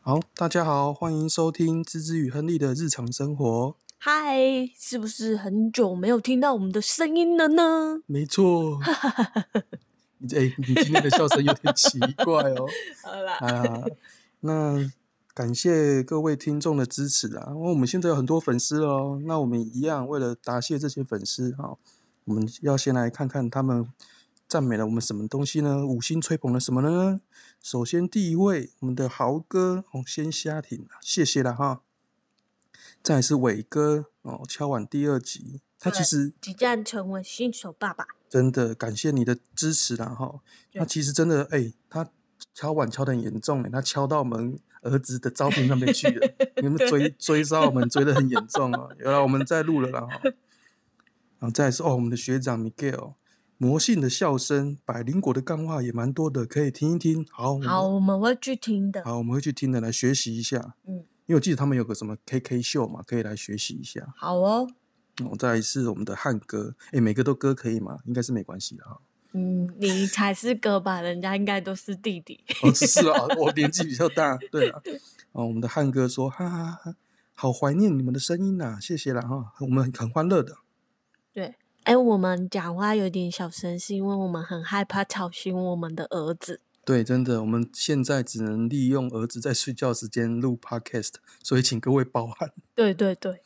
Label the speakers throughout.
Speaker 1: 好，大家好，欢迎收听芝芝与亨利的日常生活。
Speaker 2: 嗨，是不是很久没有听到我们的声音了呢？
Speaker 1: 没错，你这、哎，你今天的笑声有点奇怪哦。
Speaker 2: 好啦，
Speaker 1: 啊，那感谢各位听众的支持啊，因为我们现在有很多粉丝了哦。那我们一样为了答谢这些粉丝哈、我们要先来看看他们赞美了我们什么东西呢？五星吹捧了什么呢？首先第一位，我们的豪哥哦，先瞎挺啊，谢谢了哈。再来是伟哥哦，敲完第二集，他其
Speaker 2: 对
Speaker 1: 实
Speaker 2: 即将成为新手爸爸，
Speaker 1: 真的感谢你的支持啦哈。那
Speaker 2: 对
Speaker 1: 其实真的，哎、他敲碗敲的很严重哎，他敲到我们儿子的招聘上面去 了，你们追追杀我们追的很严重啊。原来我们在录了啦哈。 然后再来是哦，我们的学长 Miguel，魔性的笑声，百灵果的干话也蛮多的，可以听一听。好，我们
Speaker 2: 好，我们会去听的。
Speaker 1: 嗯好，我们会去听的，来学习一下。
Speaker 2: 嗯，
Speaker 1: 因为我记得他们有个什么 KK 秀嘛，可以来学习一下。
Speaker 2: 好哦，
Speaker 1: 哦，再来是我们的汉哥，哎，每个都哥可以吗？应该是没关系的哈。
Speaker 2: 嗯，你才是哥吧？人家应该都是弟弟。
Speaker 1: 哦，只是啊，我年纪比较大，对啊。哦，我们的汉哥说，哈哈哈，好怀念你们的声音呐、谢谢啦哈，我们很欢乐的。
Speaker 2: 对，哎，我们讲话有点小声，是因为我们很害怕吵醒我们的儿子。
Speaker 1: 对，真的，我们现在只能利用儿子在睡觉时间录 podcast，所以请各位包涵。
Speaker 2: 对对对，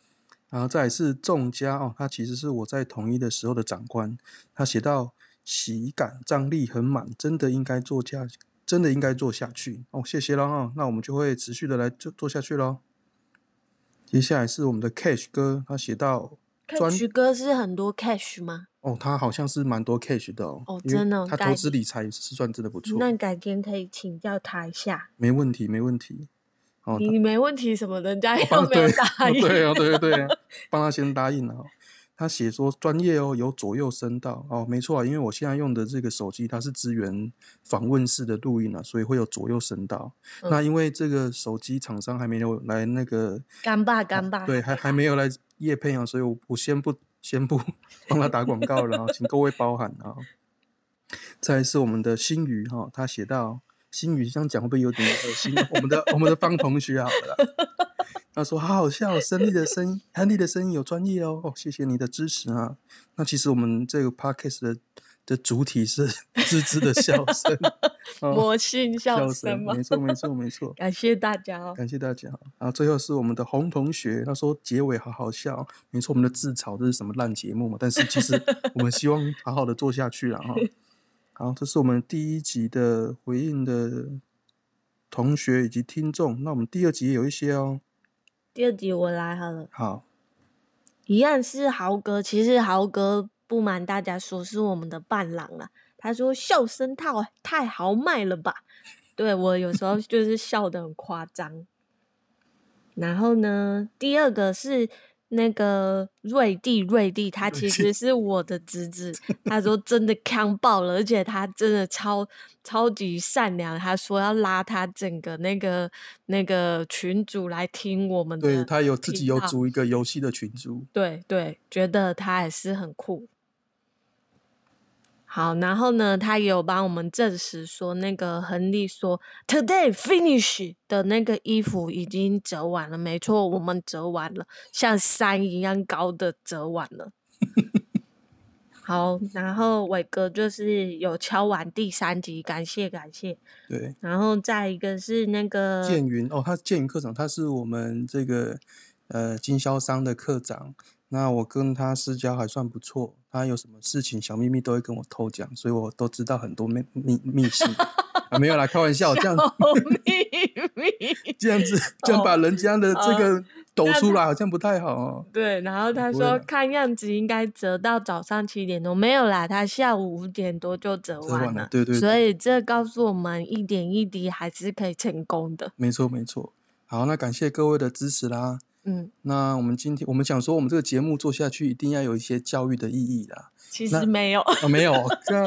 Speaker 1: 然后再来是仲家哦，他其实是我在统一的时候的长官，他写到喜感张力很满，真的应该做下，真的应该做下去哦，谢谢了哈、那我们就会持续的来做做下去喽。接下来是我们的 Cash 哥，他写到专
Speaker 2: cash 哥是很多 cash 吗？
Speaker 1: 哦，他好像是蛮多 cash 的哦，
Speaker 2: 哦
Speaker 1: 因为
Speaker 2: 真的
Speaker 1: 他
Speaker 2: 该
Speaker 1: 投资理财是算真的不错，
Speaker 2: 那改天可以请教他一下。
Speaker 1: 没问题，没问题。哦，
Speaker 2: 你没问题什么，人家
Speaker 1: 我
Speaker 2: 又
Speaker 1: 帮他
Speaker 2: 没有
Speaker 1: 哦对
Speaker 2: 答应。
Speaker 1: 对啊，对啊 对啊，帮他先答应了、哦。他写说专业哦，有左右声道哦，没错啊，因为我现在用的这个手机它是支援访问式的录音啊，所以会有左右声道。
Speaker 2: 嗯
Speaker 1: 那因为这个手机厂商还没有来那个，
Speaker 2: 干爸干爸，
Speaker 1: 哦对，还还没有来叶配啊，所以我我先不先不 帮他打广告了、哦，请各位包涵啊、哦。再来是我们的新宇哈、他写到新宇这样讲会不会有点恶心？啊我们的我们的方同学好了啦，他说好好笑，生力的声音，亨利的声音有专业哦，哦谢谢你的支持啊。那其实我们这个 podcast 的的主体是 吱吱的笑 声，哦、
Speaker 2: 魔性笑
Speaker 1: 笑
Speaker 2: 声吗
Speaker 1: 没？错没错没错。
Speaker 2: 感谢大家哦。
Speaker 1: 感谢大家啊！最后是我们的洪同学，他说结尾好好笑，没错，我们的自嘲这是什么烂节目嘛？但是其实我们希望好好的做下去了哈。好，这是我们第一集的回应的同学以及听众，那我们第二集也有一些哦。
Speaker 2: 第二集我来好了，
Speaker 1: 好，
Speaker 2: 一样是豪哥。其实豪哥不瞒大家说，是我们的伴郎啊。他说笑声太太豪迈了吧？对我有时候就是笑得很夸张。然后呢，第二个是那个瑞弟，瑞弟他
Speaker 1: 瑞
Speaker 2: 其
Speaker 1: 弟
Speaker 2: 实是我的侄子，他说真的康爆了，而且他真的超超级善良，他说要拉他整个那个那个群主来听我们的，
Speaker 1: 对他有自己有
Speaker 2: 频道
Speaker 1: 组一个游戏的群组，
Speaker 2: 对对，觉得他也是很酷。好，然后呢，他也有帮我们证实说，那个亨利说 “today finish” 的那个衣服已经折完了，没错，我们折完了，像山一样高的折完了。好，然后伟哥就是有敲完第三集，感谢感谢。
Speaker 1: 对。
Speaker 2: 然后再一个是那个
Speaker 1: 建云哦，他建云科长，他是我们这个呃经销商的科长。那我跟他私交还算不错，他有什么事情小秘密都会跟我偷讲，所以我都知道很多秘秘秘辛、啊。没有啦，开玩笑，这样
Speaker 2: 小秘密。
Speaker 1: 这样子 这样把人家的嗯这个抖
Speaker 2: 那
Speaker 1: 出来，好像不太好哦。
Speaker 2: 对，然后他
Speaker 1: 不会
Speaker 2: 说
Speaker 1: 啦
Speaker 2: 看样子应该折到早上七点多，没有啦，他下午五点多就折
Speaker 1: 折完
Speaker 2: 完
Speaker 1: 了，对对
Speaker 2: 所
Speaker 1: 对，
Speaker 2: 以这告诉我们一点一滴还是可以成功的。
Speaker 1: 没错没错。好，那感谢各位的支持啦。
Speaker 2: 嗯，
Speaker 1: 那我们今天我们想说，我们这个节目做下去，一定要有一些教育的意义啦。
Speaker 2: 其
Speaker 1: 那
Speaker 2: 实没有，
Speaker 1: 啊、没有， 刚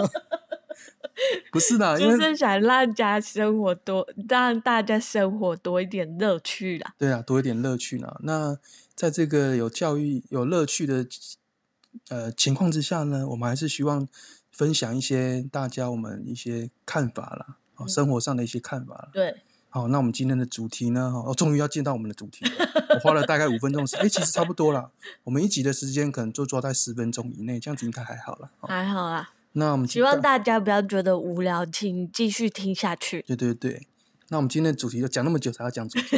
Speaker 1: 不是啦，因
Speaker 2: 就
Speaker 1: 为
Speaker 2: 是想让大家生活多，让大家生活多一点乐趣啦。
Speaker 1: 对啊，多一点乐趣呢。那在这个有教育、有乐趣的呃情况之下呢，我们还是希望分享一些大家我们一些看法啦，哦、
Speaker 2: 嗯
Speaker 1: 生活上的一些看法啦。
Speaker 2: 对，
Speaker 1: 好，那我们今天的主题呢？哈，哦，终于要进到我们的主题了。我花了大概五分钟时，哎、其实差不多啦。我们一集的时间可能就抓在十分钟以内，这样子应该还好了。好
Speaker 2: 还好啦。
Speaker 1: 那我们
Speaker 2: 希
Speaker 1: 今
Speaker 2: 望
Speaker 1: 天
Speaker 2: 大家不要觉得无聊，请继续听下去。
Speaker 1: 对对对，那我们今天的主题就讲那么久才要讲主 题。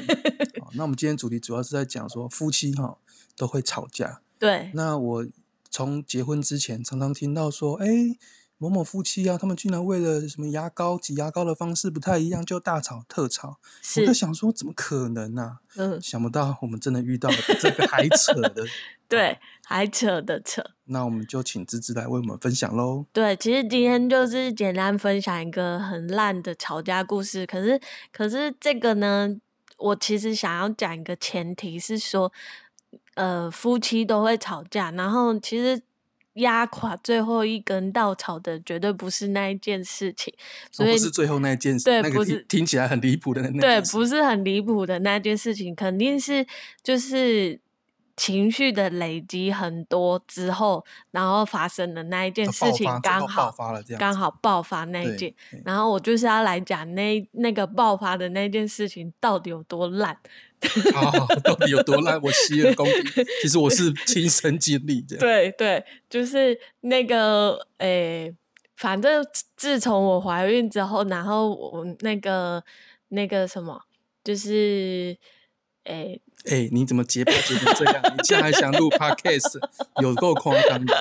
Speaker 1: 好，那我们今天主题主要是在讲说夫妻哈都会吵架。
Speaker 2: 对，
Speaker 1: 那我从结婚之前常常听到说，哎，某某夫妻啊，他们竟然为了什么牙膏挤牙膏的方式不太一样，就大吵特吵。我
Speaker 2: 是
Speaker 1: 在，想说，怎么可能呢、啊？
Speaker 2: 嗯，
Speaker 1: 想不到我们真的遇到了比这个还扯 的。
Speaker 2: 对，还扯的扯。
Speaker 1: 那我们就请芝芝来为我们分享喽。
Speaker 2: 对，其实今天就是简单分享一个很烂的吵架故事，可是可是这个呢，我其实想要讲一个前提是说，呃，夫妻都会吵架，然后其实压垮最后一根稻草的绝对不是那一件事情，所
Speaker 1: 哦
Speaker 2: 以
Speaker 1: 不是最后那一件事，
Speaker 2: 对
Speaker 1: 那
Speaker 2: 不
Speaker 1: 个听
Speaker 2: 是
Speaker 1: 听起来很离谱的那那
Speaker 2: 对，
Speaker 1: 件事
Speaker 2: 不是很离谱的那件事情，肯定是就是情绪的累积很多之后，然后发生的那一件
Speaker 1: 它
Speaker 2: 事
Speaker 1: 爆
Speaker 2: 情
Speaker 1: 发，最
Speaker 2: 刚
Speaker 1: 后
Speaker 2: 好
Speaker 1: 爆发了这样子，
Speaker 2: 刚好爆发那一
Speaker 1: 对
Speaker 2: 件。
Speaker 1: 对
Speaker 2: 然后我就是要来讲那那个爆发的那件事情到底有多烂。
Speaker 1: 好，哦到底有多烂？我洗耳恭听。 其实我是亲身经历 这样。
Speaker 2: 对对，就是那个诶、反正自自从我怀孕之后，然后我那个那个什么，就是诶、
Speaker 1: 哎、你怎么结巴结成这样？你现在还想录 podcast，有够夸张的。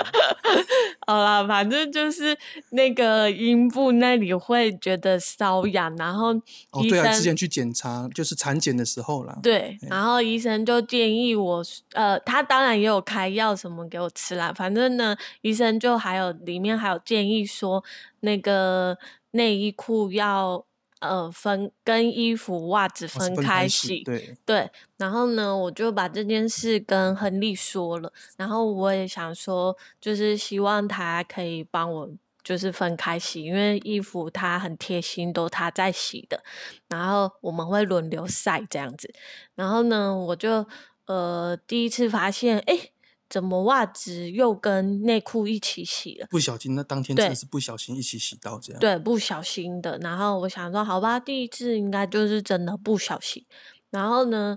Speaker 2: 好啦，反正就是那个阴部那里会觉得瘙痒，然后
Speaker 1: 哦，
Speaker 2: 医
Speaker 1: 对
Speaker 2: 生、
Speaker 1: 啊，之前去检查就是产检的时候啦。
Speaker 2: 对
Speaker 1: 哎
Speaker 2: 然后医生就建议我，呃，他当然也有开药什么给我吃啦，反正呢，医生就还有里面还有建议说，那个内衣裤要呃分跟衣服袜子
Speaker 1: 哦，是
Speaker 2: 分
Speaker 1: 分开
Speaker 2: 开
Speaker 1: 洗。对，
Speaker 2: 对，然后呢，我就把这件事跟亨利说了，然后我也想说，就是希望他可以帮我，就是分开洗，因为衣服他很贴心，都他在洗的，然后我们会轮流晒这样子。然后呢，我就呃第一次发现，诶，怎么袜子又跟内裤一起洗了？
Speaker 1: 不小心，那当天真的
Speaker 2: 对
Speaker 1: 是不小心一起洗到这样。
Speaker 2: 对，不小心的。然后我想说，好吧，第一次应该就是真的不小心。然后呢，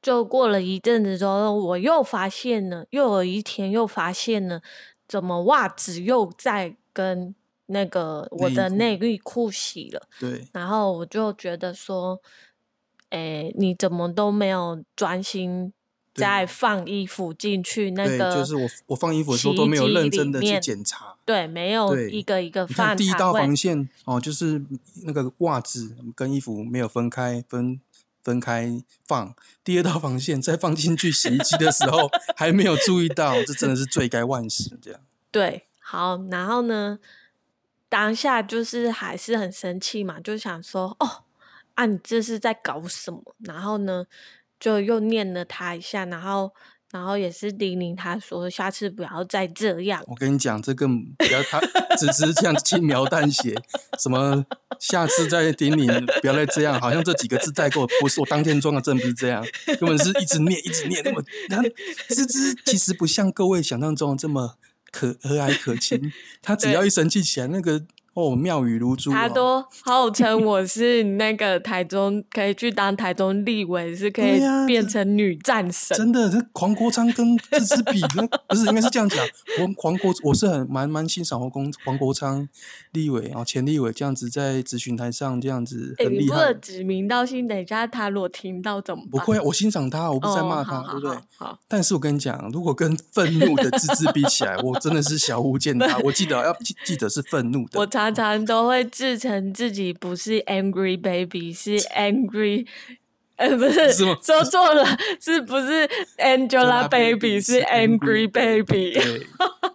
Speaker 2: 就过了一阵子之后，我又发现了，又有一天又发现了，怎么袜子又在跟那个我
Speaker 1: 内衣
Speaker 2: 的
Speaker 1: 裤
Speaker 2: 内衣裤洗了。
Speaker 1: 对
Speaker 2: 然后我就觉得说，诶，你怎么都没有专心
Speaker 1: 对
Speaker 2: 在放衣服进去那
Speaker 1: 对
Speaker 2: 个，
Speaker 1: 就是我我放衣服的时候
Speaker 2: 洗
Speaker 1: 都
Speaker 2: 衣
Speaker 1: 没有
Speaker 2: 机
Speaker 1: 认
Speaker 2: 里
Speaker 1: 真的去
Speaker 2: 面
Speaker 1: 检查。
Speaker 2: 对，没有
Speaker 1: 对
Speaker 2: 一个一个
Speaker 1: 你看
Speaker 2: 放
Speaker 1: 第一
Speaker 2: 才
Speaker 1: 道
Speaker 2: 会
Speaker 1: 防线哦，就是那个袜子跟衣服没有分开分分开放。第二道防线在放进去洗衣机的时 候还没有注意到，这真的是罪该万死。这样
Speaker 2: 对，好，然后呢，当下就是还是很生气嘛，就想说，哦，啊，你这是在搞什么？然后呢，就又念了他一下，然后，然后也是叮咛他说，下次不要再这样。
Speaker 1: 我跟你讲，这个不要他只是这样轻描淡写，什么下次再叮咛不要再这样，好像这几个字带过，不是我当天装的，真的不是这样，根本是一直念一直念，那么他芝芝其实不像各位想象中的这么可和蔼可亲，他只
Speaker 2: 对
Speaker 1: 要一生气起来，那个哦妙语如珠、哦，
Speaker 2: 他都号称我是那个台中，可以去当台中立委，是可
Speaker 1: 对
Speaker 2: 以
Speaker 1: 呀
Speaker 2: 变
Speaker 1: 这
Speaker 2: 成女战神。
Speaker 1: 真的，这黄国昌跟这支比，那不是应该是这样讲。黄黄国，我是很蛮蛮欣赏黄公黄国昌立委啊，前立委这样子在咨询台上这样子
Speaker 2: 哎、
Speaker 1: 很
Speaker 2: 你
Speaker 1: 厉
Speaker 2: 不
Speaker 1: 害
Speaker 2: 能。指名道姓，等一下他如果听到怎么
Speaker 1: 不
Speaker 2: 办？
Speaker 1: 会啊，我欣赏他，我不是在
Speaker 2: 哦
Speaker 1: 骂他，
Speaker 2: 好好
Speaker 1: 对不对
Speaker 2: 好？好，
Speaker 1: 但是我跟你讲，如果跟愤怒的芝芝比起来，我真的是小巫见大。我记得要记记得是愤怒的，
Speaker 2: 我常常都会自称自己不是 angry baby，是 angry，呃，不是，
Speaker 1: 是吗
Speaker 2: 说错了，是不是 Angelababy？是 angry baby。
Speaker 1: 对，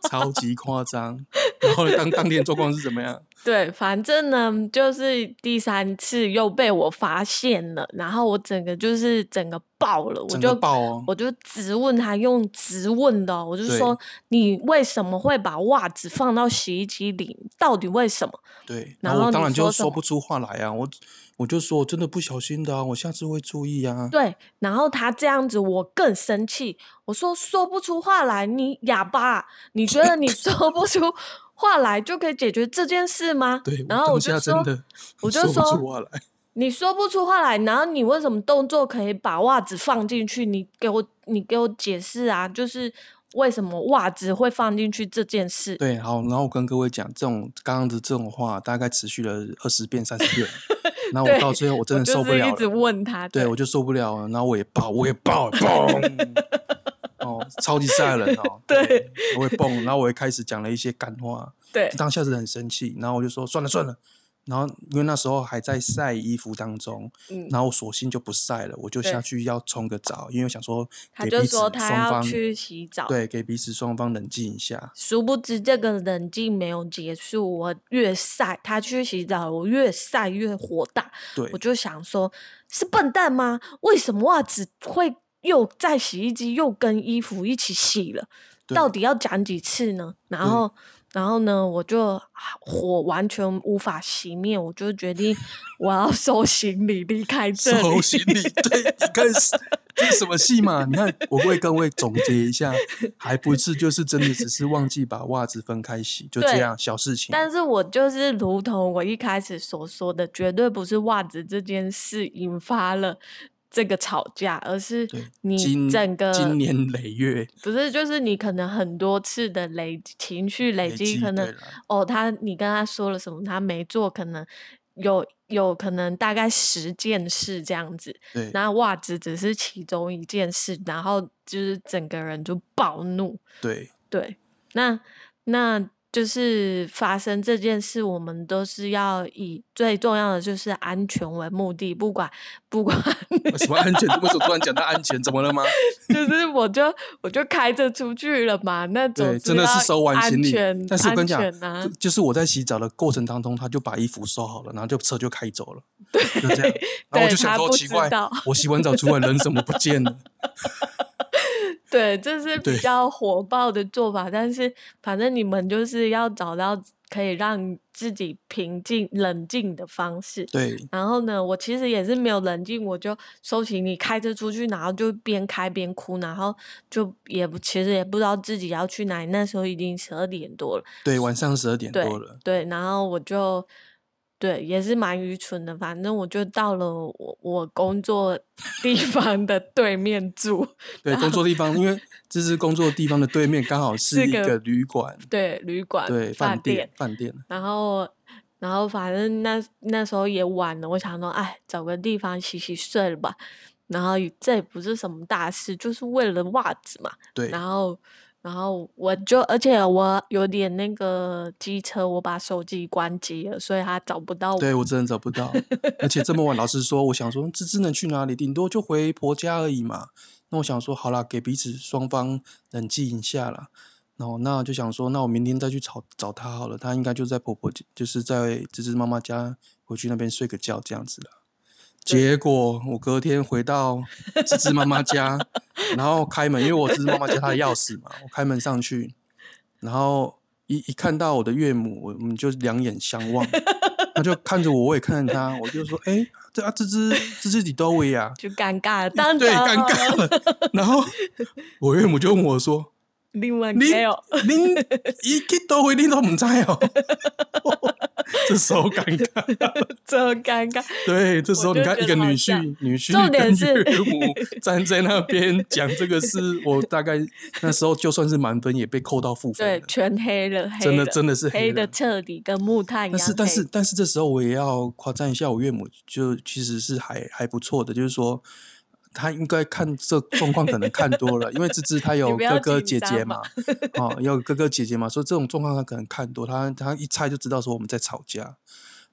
Speaker 1: 超级夸张。然后当当天状况是怎么样？
Speaker 2: 对，反正呢，就是第三次又被我发现了，然后我整个就是整个爆了， 我
Speaker 1: 整
Speaker 2: 就
Speaker 1: 个爆哦！
Speaker 2: 我就直问他，用直问的哦、我就
Speaker 1: 对
Speaker 2: 说你为什么会把袜子放到洗衣机里？到底为什么？
Speaker 1: 对，然
Speaker 2: 然
Speaker 1: 后
Speaker 2: 后
Speaker 1: 我当
Speaker 2: 你
Speaker 1: 然就
Speaker 2: 说什
Speaker 1: 说
Speaker 2: 么
Speaker 1: 不出话来啊，我我就说我真的不小心的啊，我下次会注意啊。
Speaker 2: 对，然后他这样子，我更生气。我说说不出话来，你哑巴啊、你觉得你说不出话来就可以解决这件事吗？
Speaker 1: 对，我
Speaker 2: 然后
Speaker 1: 当
Speaker 2: 我就
Speaker 1: 下
Speaker 2: 说
Speaker 1: 真，的
Speaker 2: 我就
Speaker 1: 说不
Speaker 2: 说
Speaker 1: 出话来，
Speaker 2: 你说不出话来，然后你为什么动作可以把袜子放进去？你给我，你给我解释啊！就是为什么袜子会放进去这件事？
Speaker 1: 对，好，然后我跟各位讲，这种刚刚的这种话大概持续了二十遍、三 十遍，然后我
Speaker 2: 对
Speaker 1: 到最后我真的
Speaker 2: 我就
Speaker 1: 受不
Speaker 2: 是
Speaker 1: 了
Speaker 2: 一直
Speaker 1: 了，
Speaker 2: 问他，
Speaker 1: 对我就受不了了，然后我也爆，我也爆，嘣，哦，超级赛亚人 哦，
Speaker 2: 对，
Speaker 1: 我也蹦，然后我也开始讲了一些干话，
Speaker 2: 对
Speaker 1: 当下是很生气，然后我就说算了算了，然后因为那时候还在晒衣服当中，
Speaker 2: 嗯，
Speaker 1: 然后我索性就不晒了，我就
Speaker 2: 对
Speaker 1: 下去要冲个澡，因为我想说
Speaker 2: 他
Speaker 1: 给
Speaker 2: 就
Speaker 1: 彼此
Speaker 2: 说
Speaker 1: 双
Speaker 2: 他要
Speaker 1: 方
Speaker 2: 去洗澡，
Speaker 1: 对给彼此双方冷静一下，
Speaker 2: 殊不知这个冷静没有结束，我越晒，他去洗澡，我越晒越火大。
Speaker 1: 对
Speaker 2: 我就想说，是笨蛋吗？为什么袜子会又在洗衣机又跟衣服一起洗了？
Speaker 1: 对
Speaker 2: 到底要讲几次呢？然后，然后呢，我就啊火完全无法熄灭，我就决定我要 收行李离开这 里。
Speaker 1: 收行李，对，你看是这是什么戏嘛？你看我为各位总结一 下，还不是就是真的只是忘记把袜子分开洗，就这
Speaker 2: 对
Speaker 1: 样小事情，
Speaker 2: 但是我就是如同我一开始所说的，绝对不是袜子这件事引发了这个吵架，而是
Speaker 1: 对，
Speaker 2: 你
Speaker 1: 今
Speaker 2: 整个
Speaker 1: 今年累月
Speaker 2: 不是就是你可能很多次的累情绪累积，
Speaker 1: 积，对
Speaker 2: 可能
Speaker 1: 啦
Speaker 2: 哦他你跟他说了什么，他没做，可能有有可能大概十件事这样子，
Speaker 1: 对
Speaker 2: 那袜子只是其中一件事，然后就是整个人就暴怒，
Speaker 1: 对
Speaker 2: 对，那那就是发生这件事，我们都是要以最重要的就是安全为目的，不管不管，
Speaker 1: 什么安全？ 为什么突然讲到安全？怎么了吗？
Speaker 2: 就是我就我就开着出去了嘛，那总
Speaker 1: 对，
Speaker 2: 之
Speaker 1: 真的
Speaker 2: 要
Speaker 1: 是收完
Speaker 2: 安
Speaker 1: 行李
Speaker 2: 全，
Speaker 1: 但是我
Speaker 2: 安
Speaker 1: 跟你讲，
Speaker 2: 全啊
Speaker 1: 就就是我在洗澡的过程当中，他就把衣服收好了，然后就车就开 走了，就这样。然后我
Speaker 2: 对
Speaker 1: 就想
Speaker 2: 他
Speaker 1: 说，
Speaker 2: 不
Speaker 1: 奇
Speaker 2: 知
Speaker 1: 怪
Speaker 2: 道，
Speaker 1: 我洗完澡出来人怎么 不见了？
Speaker 2: 对，这是比
Speaker 1: 对
Speaker 2: 较火爆的做法，但是反正你们就是要找到可以让自己平静、冷静的方式。
Speaker 1: 对
Speaker 2: 然后呢，我其实也是没有冷静，我就收行李开车出去，然后就边开边哭，然后就也不其实也不知道自己要去哪里。那时候已经十二点多了，
Speaker 1: 对，晚上十二点
Speaker 2: 对
Speaker 1: 多了，
Speaker 2: 对，然后我就对也是蛮愚蠢的，反正我就到了我我工作地方的对面住，
Speaker 1: 对，工作地方，因为这是工作地方的对面，刚好是
Speaker 2: 是
Speaker 1: 一
Speaker 2: 个
Speaker 1: 个旅馆，
Speaker 2: 对旅馆
Speaker 1: 对，
Speaker 2: 饭
Speaker 1: 饭店，饭店，
Speaker 2: 然后，然后反正那那时候也晚了，我想说，哎，找个地方洗洗睡了吧。然后这也不是什么大事，就是为了袜子嘛。
Speaker 1: 对，
Speaker 2: 然后，然后我就，而且我有点那个机车，我把手机关机了，所以他找不到我。
Speaker 1: 对我真的找不到，而且这么晚，老实说，我想说芝芝能去哪里？顶多就回婆家而已嘛。那我想说，好啦，给彼此双方冷静一下啦。然后那就想说，那我明天再去找找她好了，她应该就在婆婆家，就是在芝芝妈妈家，回去那边睡个觉这样子啦。
Speaker 2: 对
Speaker 1: 结果我隔天回到芝芝妈妈家，然后开门，因为我芝芝妈妈家她的钥匙嘛，我开门上去，然后一一看到我的岳母，我我们就两眼相望，他就看着我，我也看着他，我就说：“哎、这啊，这只这只你都位呀
Speaker 2: 就尴尬了，当？”哦
Speaker 1: 对，
Speaker 2: 当
Speaker 1: 尴尬了。然后我岳母就问我说
Speaker 2: 另外：“
Speaker 1: 你
Speaker 2: 没有，
Speaker 1: 您一去都位，你都唔知哦。” 这时候尴尬，
Speaker 2: 这尴 尬。
Speaker 1: 对，这时候
Speaker 2: 我
Speaker 1: 你
Speaker 2: 就
Speaker 1: 看
Speaker 2: 觉
Speaker 1: 一
Speaker 2: 得
Speaker 1: 个
Speaker 2: 好
Speaker 1: 女
Speaker 2: 笑
Speaker 1: 婿，女婿
Speaker 2: 重
Speaker 1: 跟
Speaker 2: 点是
Speaker 1: 岳母站在那边讲这个事，我大概那时候就算是满分也被扣到负分
Speaker 2: 对
Speaker 1: 了，，
Speaker 2: 全黑了，黑
Speaker 1: 真的
Speaker 2: 了
Speaker 1: 真的是
Speaker 2: 黑
Speaker 1: 了
Speaker 2: 的彻底，跟木炭一
Speaker 1: 但
Speaker 2: 样
Speaker 1: 是
Speaker 2: 黑。
Speaker 1: 但是但是这时候我也要夸赞一下我岳母，就其实是还还不错的，就是说她应该看这状况可能看多了，因为芝芝 她有
Speaker 2: 不要
Speaker 1: 哥哥姐
Speaker 2: 紧张
Speaker 1: 姐嘛
Speaker 2: 嘛，
Speaker 1: 哦，有哥哥姐姐嘛，说这种状况她可能看多，她她一猜就知道说我们在吵架，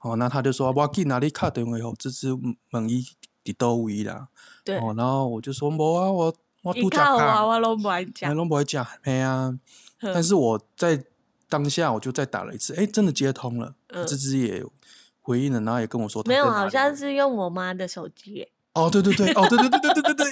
Speaker 1: 哦，那她就说我去哪里卡电话后，芝芝问伊伫倒位啦，
Speaker 2: 对，
Speaker 1: 哦，然后我就说无啊，我我
Speaker 2: 一
Speaker 1: 拄则
Speaker 2: 看娃
Speaker 1: 卡。
Speaker 2: 娃都不爱
Speaker 1: 哎，
Speaker 2: 讲。
Speaker 1: 拢不会讲，嘿啊！
Speaker 2: 嗯
Speaker 1: 但是我在当下我就再打了一次，哎、真的接通了，
Speaker 2: 嗯
Speaker 1: 芝芝也回应了，然后也跟我说她
Speaker 2: 没有，啊
Speaker 1: 在哪
Speaker 2: 好
Speaker 1: 里
Speaker 2: 像是用我妈的手机耶。
Speaker 1: 哦，对对对，哦，对对对对对对对，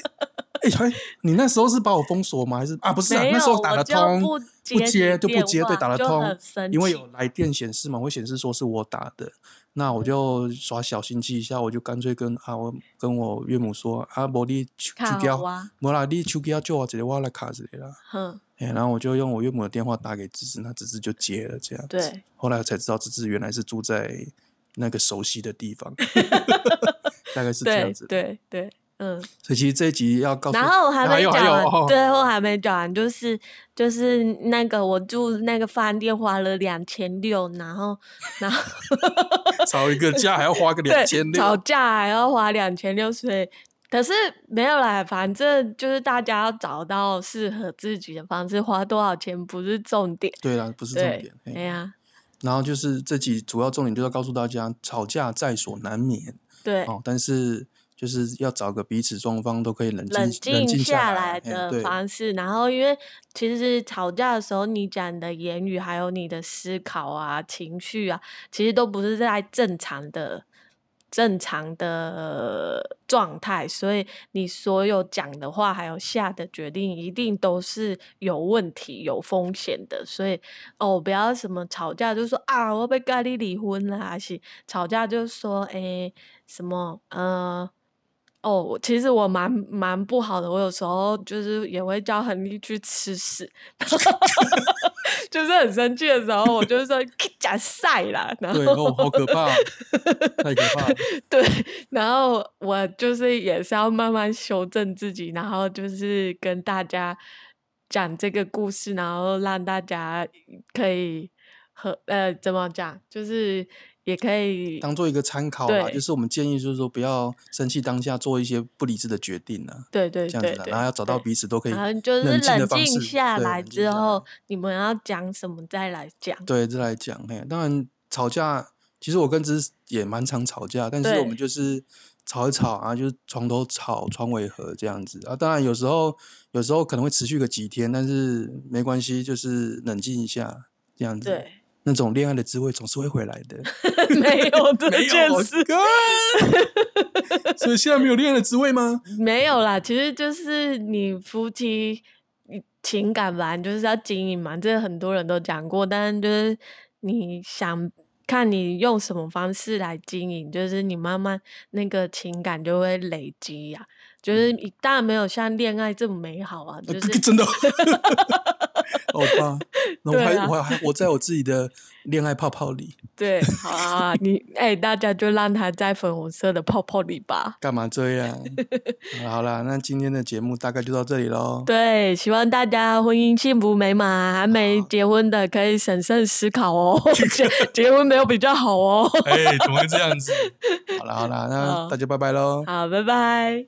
Speaker 1: 哎、哎你那时候是把我封锁吗？还是啊，不是、啊，
Speaker 2: 没有，
Speaker 1: 那时候打得
Speaker 2: 我就
Speaker 1: 通，
Speaker 2: 不接
Speaker 1: 不接
Speaker 2: 你
Speaker 1: 就不
Speaker 2: 电
Speaker 1: 接，对，
Speaker 2: 话
Speaker 1: 打得
Speaker 2: 就
Speaker 1: 通
Speaker 2: 很，生
Speaker 1: 因为
Speaker 2: 气
Speaker 1: 有来电显示嘛，会显示说是我打的，那我就耍小心机一下，我就干脆跟啊我跟我岳母说啊，无你手手
Speaker 2: 看
Speaker 1: 机
Speaker 2: 好
Speaker 1: 啊，
Speaker 2: 哇，嗯
Speaker 1: 无啦，你手机啊借我一个，我来卡一个啦。
Speaker 2: 哼，
Speaker 1: 哎、然后我就用我岳母的电话打给芝芝，那芝芝就接了，这样子。
Speaker 2: 对，
Speaker 1: 后来我才知道芝芝原来是住在那个熟悉的地 方，大概是这样
Speaker 2: 对
Speaker 1: 子。
Speaker 2: 对对，嗯。
Speaker 1: 所以其实这一集要告诉，
Speaker 2: 然后我还没
Speaker 1: 有
Speaker 2: 讲
Speaker 1: 还有
Speaker 2: 完，
Speaker 1: 哦，
Speaker 2: 最后还没讲完，就是就是那个我住那个饭店花了两千六，然后然后
Speaker 1: 吵一个架还要花个
Speaker 2: 对
Speaker 1: 两千
Speaker 2: 吵
Speaker 1: 六，
Speaker 2: 架还要花两千六，所以可是没有啦，反正就是大家要找到适合自己的方式，花多少钱不是重点，
Speaker 1: 对啦，不是重
Speaker 2: 对
Speaker 1: 点。，嘿
Speaker 2: 哎呀，
Speaker 1: 然后就是这集主要重点就是要告诉大家，吵架在所难免
Speaker 2: 对，
Speaker 1: 哦，但是就是要找个彼此双方都可以冷静
Speaker 2: 冷
Speaker 1: 冷
Speaker 2: 静
Speaker 1: 静
Speaker 2: 下
Speaker 1: 来
Speaker 2: 来
Speaker 1: 嘿
Speaker 2: 的
Speaker 1: 对
Speaker 2: 方式。然后，因为其实吵架的时候，你讲的言语还有你的思考啊、情绪啊，其实都不是在正常的、正常的状态，所以你所有讲的话还有下的决定，一定都是有问题、有风险的。所以哦，不要什么吵架就说啊，我被咖喱离婚啦，还是吵架就说诶、什么呃。哦，我其实我蛮蛮不好的，我有时候就是也会叫恒力去吃屎， 就是很生气的时候，我就是说假晒啦，然
Speaker 1: 对
Speaker 2: 后
Speaker 1: 哦，好可 怕哦，太可怕了。
Speaker 2: 对，然后我就是也是要慢慢修正自己，然后就是跟大家讲这个故事，然后让大家可以和呃怎么讲，就是也可以
Speaker 1: 当做一个参考啦，
Speaker 2: 对
Speaker 1: 就是我们建议，就是说不要生气当下做一些不理智的决定啊，
Speaker 2: 对对
Speaker 1: 这样
Speaker 2: 对
Speaker 1: 子啦，
Speaker 2: 对，
Speaker 1: 然后要找到
Speaker 2: 对
Speaker 1: 彼此都可以
Speaker 2: 然后就是
Speaker 1: 冷静的
Speaker 2: 冷
Speaker 1: 方式
Speaker 2: 静下
Speaker 1: 对
Speaker 2: 来
Speaker 1: 冷静
Speaker 2: 之
Speaker 1: 下
Speaker 2: 后，你们要讲什么再来讲。
Speaker 1: 对，这来讲，嘿，当然吵架，其实我跟芝也蛮常吵架，但是我们
Speaker 2: 对
Speaker 1: 就是吵一吵啊，就是床头吵，床尾和这样子啊。当然有时候有时候可能会持续个几天，但是没关系，就是冷静一下这样子。，
Speaker 2: 对，
Speaker 1: 那种恋爱的滋味总是会回来的。
Speaker 2: 没有 这
Speaker 1: 没
Speaker 2: 件
Speaker 1: 有我
Speaker 2: 事，
Speaker 1: 哥所以现在没有恋爱的滋味吗？
Speaker 2: 没有啦。其实就是你夫妻你情感吧，你就是要经营嘛，这个很多人都讲过，但是就是你想。看你用什么方式来经营，就是你慢慢那个情感就会累积呀、就是你当然没有像恋爱这么美好啊，就是
Speaker 1: 哎 真的。哦好吧，那我还、
Speaker 2: 对啊
Speaker 1: 我还活在我自己的恋爱泡泡里，
Speaker 2: 对，好啊，你哎、大家就让它在粉红色的泡泡里吧。
Speaker 1: 干嘛这样？好啦好啦，那今天的节目大概就到这里喽。
Speaker 2: 对，希望大家婚姻幸福美满，还没
Speaker 1: 好
Speaker 2: 结婚的可以审慎思考哦， 结结婚没有比较好哦。
Speaker 1: 哎，怎么会这样子？好啦好啦，那
Speaker 2: 好
Speaker 1: 大家拜拜喽。
Speaker 2: 好，拜拜。